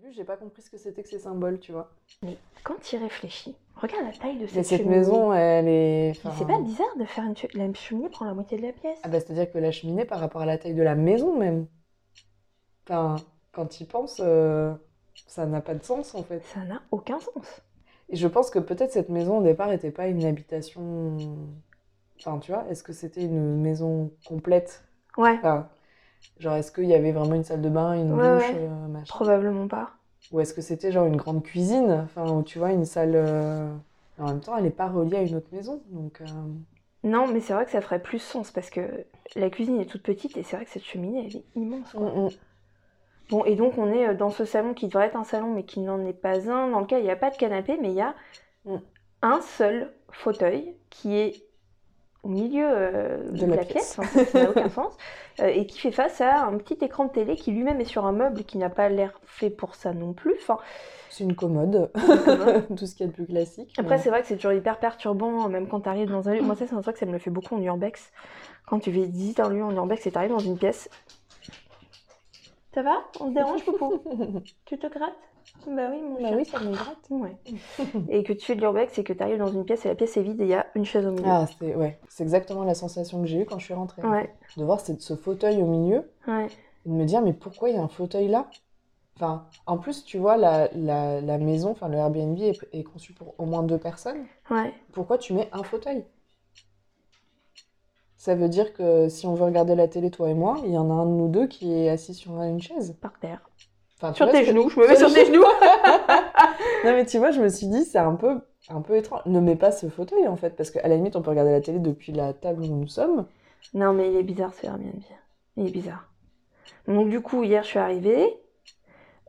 début, j'ai pas compris ce que c'était que ces symboles, tu vois. Mais quand il réfléchit, regarde la taille de Mais cette, cette cheminée. maison, elle est. Mais enfin, C'est pas bizarre de faire une che- la cheminée prend la moitié de la pièce. Ah bah c'est-à-dire que la cheminée par rapport à la taille de la maison même. Enfin, quand il pense, ça n'a pas de sens en fait. Ça n'a aucun sens. Et je pense que peut-être cette maison au départ n'était pas une habitation. Enfin, tu vois, est-ce que c'était une maison complète Ouais, Enfin, genre est-ce qu'il y avait vraiment une salle de bain, une Ouais, douche, ouais. euh, machin probablement pas. Ou est-ce que c'était genre une grande cuisine Enfin, où tu vois, une salle. euh, En même temps, elle n'est pas reliée à une autre maison, donc. euh, Non, mais c'est vrai que ça ferait plus sens parce que la cuisine est toute petite et c'est vrai que cette cheminée elle est immense. quoi. mm, mm. Bon, et donc on est euh, dans ce salon qui devrait être un salon mais qui n'en est pas un, dans lequel il n'y a pas de canapé, mais il y a Mm. un seul fauteuil qui est au milieu euh, De la pièce. en fait, ça n'a aucun sens, euh, et qui fait face à un petit écran de télé qui lui-même est sur un meuble qui n'a pas l'air fait pour ça non plus. Enfin, C'est une commode, commode. tout ce qu'il y a de plus classique. Après, mais- c'est vrai que c'est toujours hyper perturbant, euh, même quand t'arrives dans un lieu. Moi, ça, c'est un truc, ça me le fait beaucoup en urbex. Quand tu visites un lieu en urbex et t'arrives dans une pièce. Ça va On se dérange, Poupou Tu te grattes Bah oui, mon Bah chat. oui, ça me gratte. Ouais. et que tu fais de l'urbex et que t'arrives dans une pièce et la pièce est vide et il y a une chaise au milieu. Ah, c'est ouais. C'est exactement la sensation que j'ai eue quand je suis rentrée. en Ouais, fait. De voir cette, ce fauteuil au milieu ouais. et de me dire mais pourquoi il y a un fauteuil là Enfin, en plus, tu vois, la, la, la maison, enfin le Airbnb est, est conçu pour au moins deux personnes. Ouais, Pourquoi tu mets un fauteuil Ça veut dire que si on veut regarder la télé, toi et moi, il y en a un de nous deux qui est assis sur une chaise. par terre. Enfin, tu Sur vois tes ce que- genoux, je me mets sur tes genoux. Non mais tu vois, je me suis dit c'est un peu un peu étrange. Ne mets pas ce fauteuil en fait, parce qu'à la limite on peut regarder la télé depuis la table où nous sommes. Non, mais il est bizarre ce Airbnb. Il est bizarre. Donc, du coup, hier, je suis arrivée.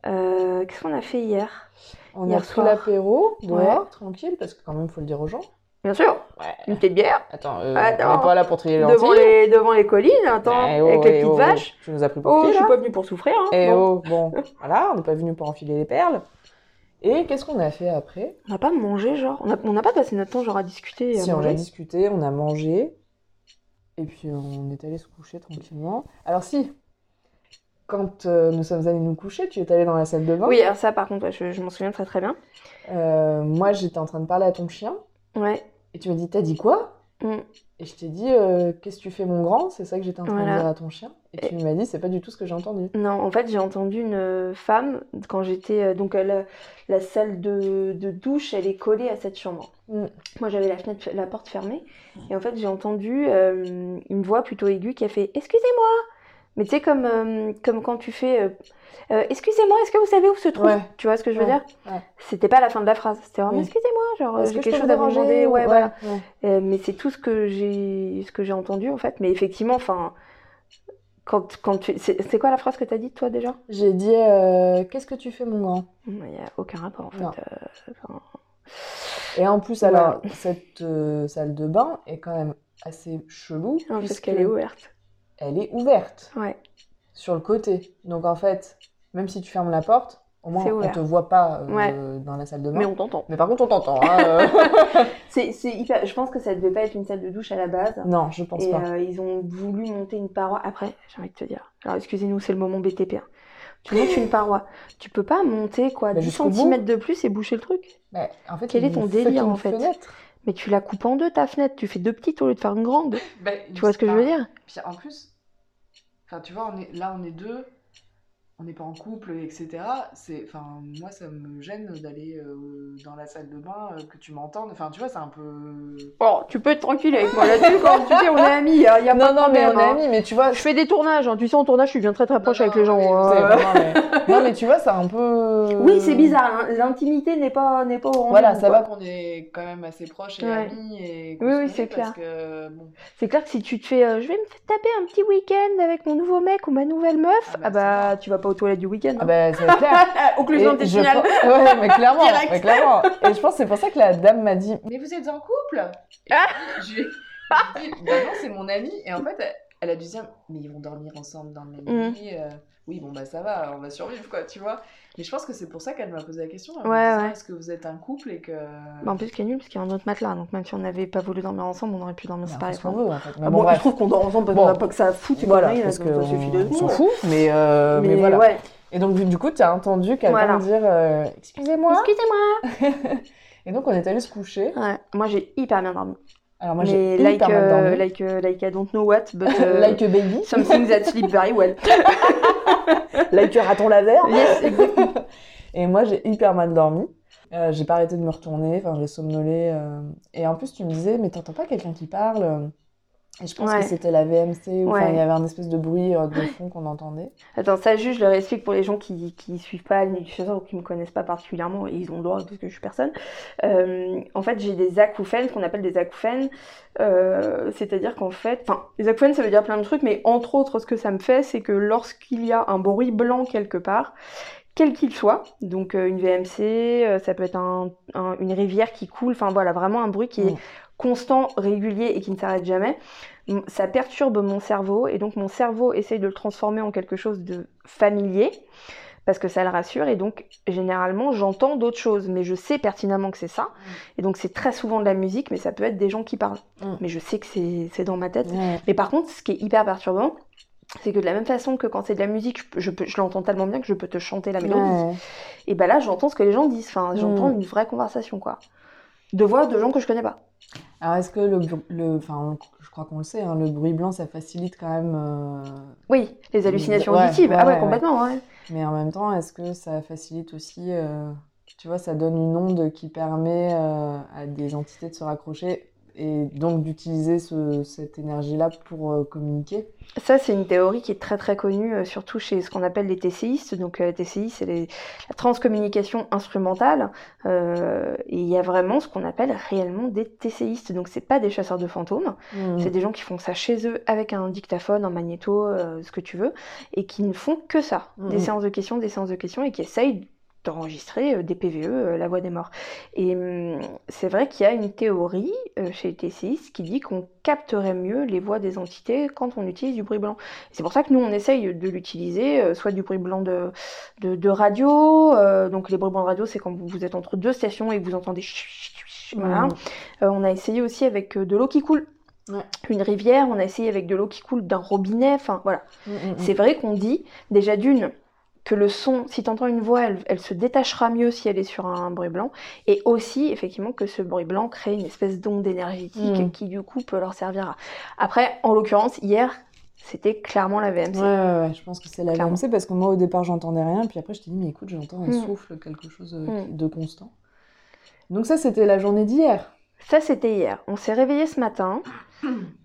Euh, Qu'est-ce qu'on a fait hier On Hier a pris soir. l'apéro dehors, tranquille, parce que quand même, faut le dire aux gens. Bien sûr, une petite bière. Attends, euh, Attends. on n'est pas là pour trier les Ah, devant lentilles. les, devant les collines, attends, Eh oh, avec les eh petites oh, vaches. Tu nous as pris pour Oh, qui, je suis là pas venue pour souffrir. Hein. Eh Bon. oh, bon, voilà, on n'est pas venu pour enfiler les perles. Et qu'est-ce qu'on a fait après On n'a pas mangé, genre. On a- On n'a pas passé notre temps, genre, à discuter. et à Si on a manger. discuté, on a mangé, et puis on est allé se coucher tranquillement. Alors si, quand euh, nous sommes allés nous coucher, tu es allé dans la salle de bain. Oui, alors ça, par contre, ouais, je, je m'en souviens très très bien. Euh, moi, j'étais en train de parler à ton chien, Ouais, et tu me dis, t'as dit quoi Mm. Et je t'ai dit, Euh, qu'est-ce que tu fais, mon grand C'est ça que j'étais en train Voilà. de dire à ton chien. Et tu m'as dit, c'est pas du tout ce que j'ai entendu. non, en fait, j'ai entendu une euh, femme, quand j'étais. euh, Donc, euh, la, la salle de, de douche, elle est collée à cette chambre. Mm. Moi, j'avais la fenêtre, la porte fermée. Et en fait, j'ai entendu euh, une voix plutôt aiguë qui a fait Excusez-moi Mais tu sais, comme, euh, comme quand tu fais euh, Euh, Excusez-moi, est-ce que vous savez où se trouve Ouais. Tu vois ce que je veux Ouais, dire ouais. C'était pas la fin de la phrase. C'était vraiment Oui. Excusez-moi, genre euh, Est-ce j'ai que je quelque peux chose à vous déranger demander. Ouais, Ouais, voilà. ouais. Euh, mais c'est tout ce que j'ai, ce que j'ai entendu en fait. Mais effectivement, enfin, quand, quand tu, c'est c'est quoi la phrase que t'as dit toi déjà J'ai dit euh, qu'est-ce que tu fais mon grand Il n'y a aucun rapport en fait. Non. euh, enfin, Et en plus alors cette euh, salle de bain est quand même assez chelou non, Ah, Euh, parce puisque qu'elle est ouverte. elle est ouverte Ouais. sur le côté. Donc en fait, même si tu fermes la porte, au moins C'est on ouvert. te voit pas euh, Ouais. dans la salle de bain. Mais Mais, on t'entend. par contre on t'entend. hein, euh. C'est, c'est hyper. Je pense que ça devait pas être une salle de douche à la base. non, je pense Et pas. euh, ils ont voulu monter une paroi. Après, j'ai envie de te dire. Alors, excusez-nous, c'est le moment BTP. hein. Tu montes une paroi. Tu peux pas monter, quoi, Bah, 10 jusqu'au bout. cm de plus et boucher le truc. Mais Bah, en fait, quel il y a est ton une délire, fucking en fait fenêtre. Mais tu la coupes en deux, ta fenêtre. Tu fais deux petites au lieu de faire une grande. Tu vois ce que je veux dire Bah, Puis en plus, enfin tu vois, on est, là on est deux, on n'est pas en couple, etc. C'est, enfin moi ça me gêne d'aller euh, dans la salle de bain euh, que tu m'entendes. Enfin tu vois, c'est un peu. Oh, tu peux être tranquille avec moi là-dessus, quand tu sais, on est amis. Il a pas de problème, hein. mais tu vois. Je fais des tournages. hein. Tu sais, en tournage, je suis bien très très proche avec les gens. hein. non mais tu vois, c'est un peu. Oui, c'est bizarre. hein. L'intimité n'est pas, n'est pas au rendez-vous. Voilà, ça quoi. va qu'on est quand même assez proches et Ouais. amis et. qu'on Oui, se connaît oui, c'est parce Que, bon, C'est clair que si tu te fais, euh, je vais me taper un petit week-end avec mon nouveau mec ou ma nouvelle meuf, Ah bah, ah bah, tu vas pas aux toilettes du week-end. hein. ah bah c'est clair. Et Conclusion je pense- Ouais, mais clairement, Direct. mais clairement. Et je pense que c'est pour ça que la dame m'a dit Mais vous êtes en couple Et Ah. Je lui ai je lui ai dit Bah non, c'est mon ami. Et en fait, elle- elle a dû se dire Mais ils vont dormir ensemble dans le même Mm. lit. euh, Oui, bon, bah ça va, on va survivre, quoi, tu vois. Mais je pense que c'est pour ça qu'elle m'a posé la question. en me Ouais, disant, ouais. Est-ce que vous êtes un couple et que. Bah, en plus, c'est nul parce qu'il y a un autre matelas, donc même si on n'avait pas voulu dormir ensemble, on aurait pu dormir Bah, séparés. c'est ce qu'on quoi. veut, en fait. Mais Ah bon, bon, je bref. trouve qu'on dort ensemble parce qu'on Bon. n'a pas que ça à foutre, voilà, conneries, là, parce que donc ça suffit deux on s'en secondes. fout, mais, euh, mais voilà. ouais. Et donc, du coup, tu as entendu quelqu'un Voilà. dire euh, Excusez-moi. Excusez-moi. Et donc, on est allé se coucher. Ouais. Moi, j'ai hyper bien dormi. Alors, moi, j'ai Mais hyper like, mal euh, dormi. like, euh, like I don't know what, but euh, Like a baby, something that sleep very well. like a raton laveur. Yes, exactly. Et moi, j'ai hyper mal dormi. Euh, j'ai pas arrêté de me retourner, enfin, j'ai somnolé. euh, Et en plus, tu me disais, mais t'entends pas quelqu'un qui parle euh. Et je pense Ouais. que c'était la VMC, ou enfin, Ouais. il y avait un espèce de bruit euh, de fond qu'on entendait. Attends, ça juste, je leur explique pour les gens qui qui suivent pas l'Unification ou qui me connaissent pas particulièrement, et ils ont le droit parce que je suis personne. Euh, en fait, j'ai des acouphènes, qu'on appelle des acouphènes. Euh, c'est-à-dire qu'en fait, enfin, les acouphènes, ça veut dire plein de trucs, mais entre autres, ce que ça me fait, c'est que lorsqu'il y a un bruit blanc quelque part, quel qu'il soit, donc euh, une VMC, euh, ça peut être un- un- une rivière qui coule, enfin voilà, vraiment un bruit qui est Mm. constant, régulier et qui ne s'arrête jamais, m- ça perturbe mon cerveau et donc mon cerveau essaye de le transformer en quelque chose de familier parce que ça le rassure et donc généralement j'entends d'autres choses mais je sais pertinemment que c'est ça et donc c'est très souvent de la musique mais ça peut être des gens qui parlent Mm. mais je sais que c'est c'est dans ma tête mais par contre, ce qui est hyper perturbant, c'est que de la même façon que quand c'est de la musique, je, peux- je, peux- je l'entends tellement bien que je peux te chanter la mélodie. Ouais. Mm. Et bah là, j'entends ce que les gens disent. Enfin, j'entends une vraie conversation, quoi. De voix de gens que je connais pas. Alors, est-ce que le, br- le enfin, on- je crois qu'on le sait, hein, le bruit blanc, ça facilite quand même. euh, Oui, les hallucinations Ouais, auditives. ouais, ah ouais, ouais, complètement, ouais. Mais en même temps, est-ce que ça facilite aussi, euh, tu vois, ça donne une onde qui permet euh, à des entités de se raccrocher et donc d'utiliser ce- cette énergie-là pour euh, communiquer. Ça, c'est une théorie qui est très très connue, euh, surtout chez ce qu'on appelle les TCIistes. Donc, euh, TCI, c'est les- la transcommunication instrumentale. Euh, et il y a vraiment ce qu'on appelle réellement des TCIistes. Donc, c'est pas des chasseurs de fantômes. Mm. C'est des gens qui font ça chez eux avec un dictaphone, un magnéto, euh, ce que tu veux, et qui ne font que ça. Des Mhm. séances de questions, des séances de questions, et qui essayent d'enregistrer euh, des PVE, euh, la voix des morts. Et hum, c'est vrai qu'il y a une théorie euh, chez les TCIS qui dit qu'on capterait mieux les voix des entités quand on utilise du bruit blanc. C'est pour ça que nous, on essaye de l'utiliser, euh, soit du bruit blanc de, de, de radio, euh, donc les bruits blancs de radio, c'est quand vous, vous êtes entre deux stations et que vous entendez... chut, chut, chut, Voilà. Mm. Euh, on a essayé aussi avec euh, de l'eau qui coule. Ouais. Une rivière, on a essayé avec de l'eau qui coule d'un robinet, enfin voilà. Mm, mm, mm. C'est vrai qu'on dit, déjà d'une, que le son, si t'entends une voix, elle, elle se détachera mieux si elle est sur un bruit blanc, et aussi, effectivement, que ce bruit blanc crée une espèce d'onde énergétique Mm. qui, du coup, peut leur servir à... Après, en l'occurrence, hier, c'était clairement la VMC. Ouais, ouais, ouais, je pense que c'est la Clairement. VMC parce que moi au départ j'entendais rien, puis après je t'ai dit mais écoute j'entends un Mm. souffle, quelque chose euh, Mm. qui- de constant. Donc ça c'était la journée d'hier. Ça, c'était hier. On s'est réveillé ce matin,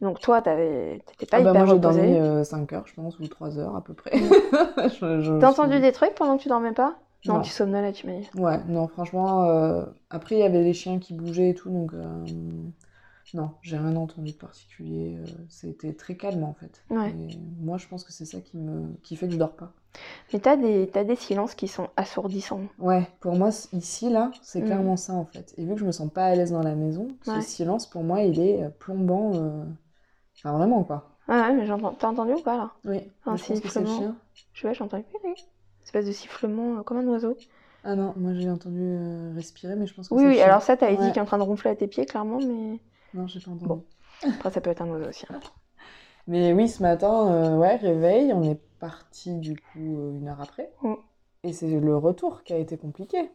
donc toi, t'avais- t'étais pas Ah bah, moi hyper j'ai reposée. dormi 5 heures je pense ou 3 heures à peu près. Je- je- T'as entendu je- des trucs pendant que tu dormais pas non, Non. tu somnolais, tu m'as dit. Ouais, non franchement euh, après il y avait les chiens qui bougeaient et tout donc euh, non j'ai rien entendu de particulier. euh, C'était très calme en fait. Ouais. Et moi je pense que c'est ça qui me qui fait que je dors pas. Mais t'as des, t'as des silences qui sont assourdissants. Ouais, pour moi, c- ici, là, c'est Mm. clairement ça, en fait. Et vu que je me sens pas à l'aise dans la maison, ce Ouais. silence, pour moi, il est euh, plombant. euh, Enfin, vraiment, quoi. Ah ouais, mais j'entends. T'as entendu ou pas là Oui, Un moi, je pense que c'est le sifflement. chien. Je sais pas, j'entends. une espèce de sifflement euh, comme un oiseau. Ah non, moi, j'ai entendu euh, respirer, mais je pense que Oui, c'est le oui, chien. alors ça, t'avais dit Ouais. qu'il est en train de ronfler à tes pieds, clairement, mais Non, j'ai pas entendu. Bon. après, ça peut être un oiseau aussi. hein. Mais oui, ce matin, euh, ouais, réveil, on est parti, du coup, euh, une heure après. Mm. Et c'est le retour qui a été compliqué.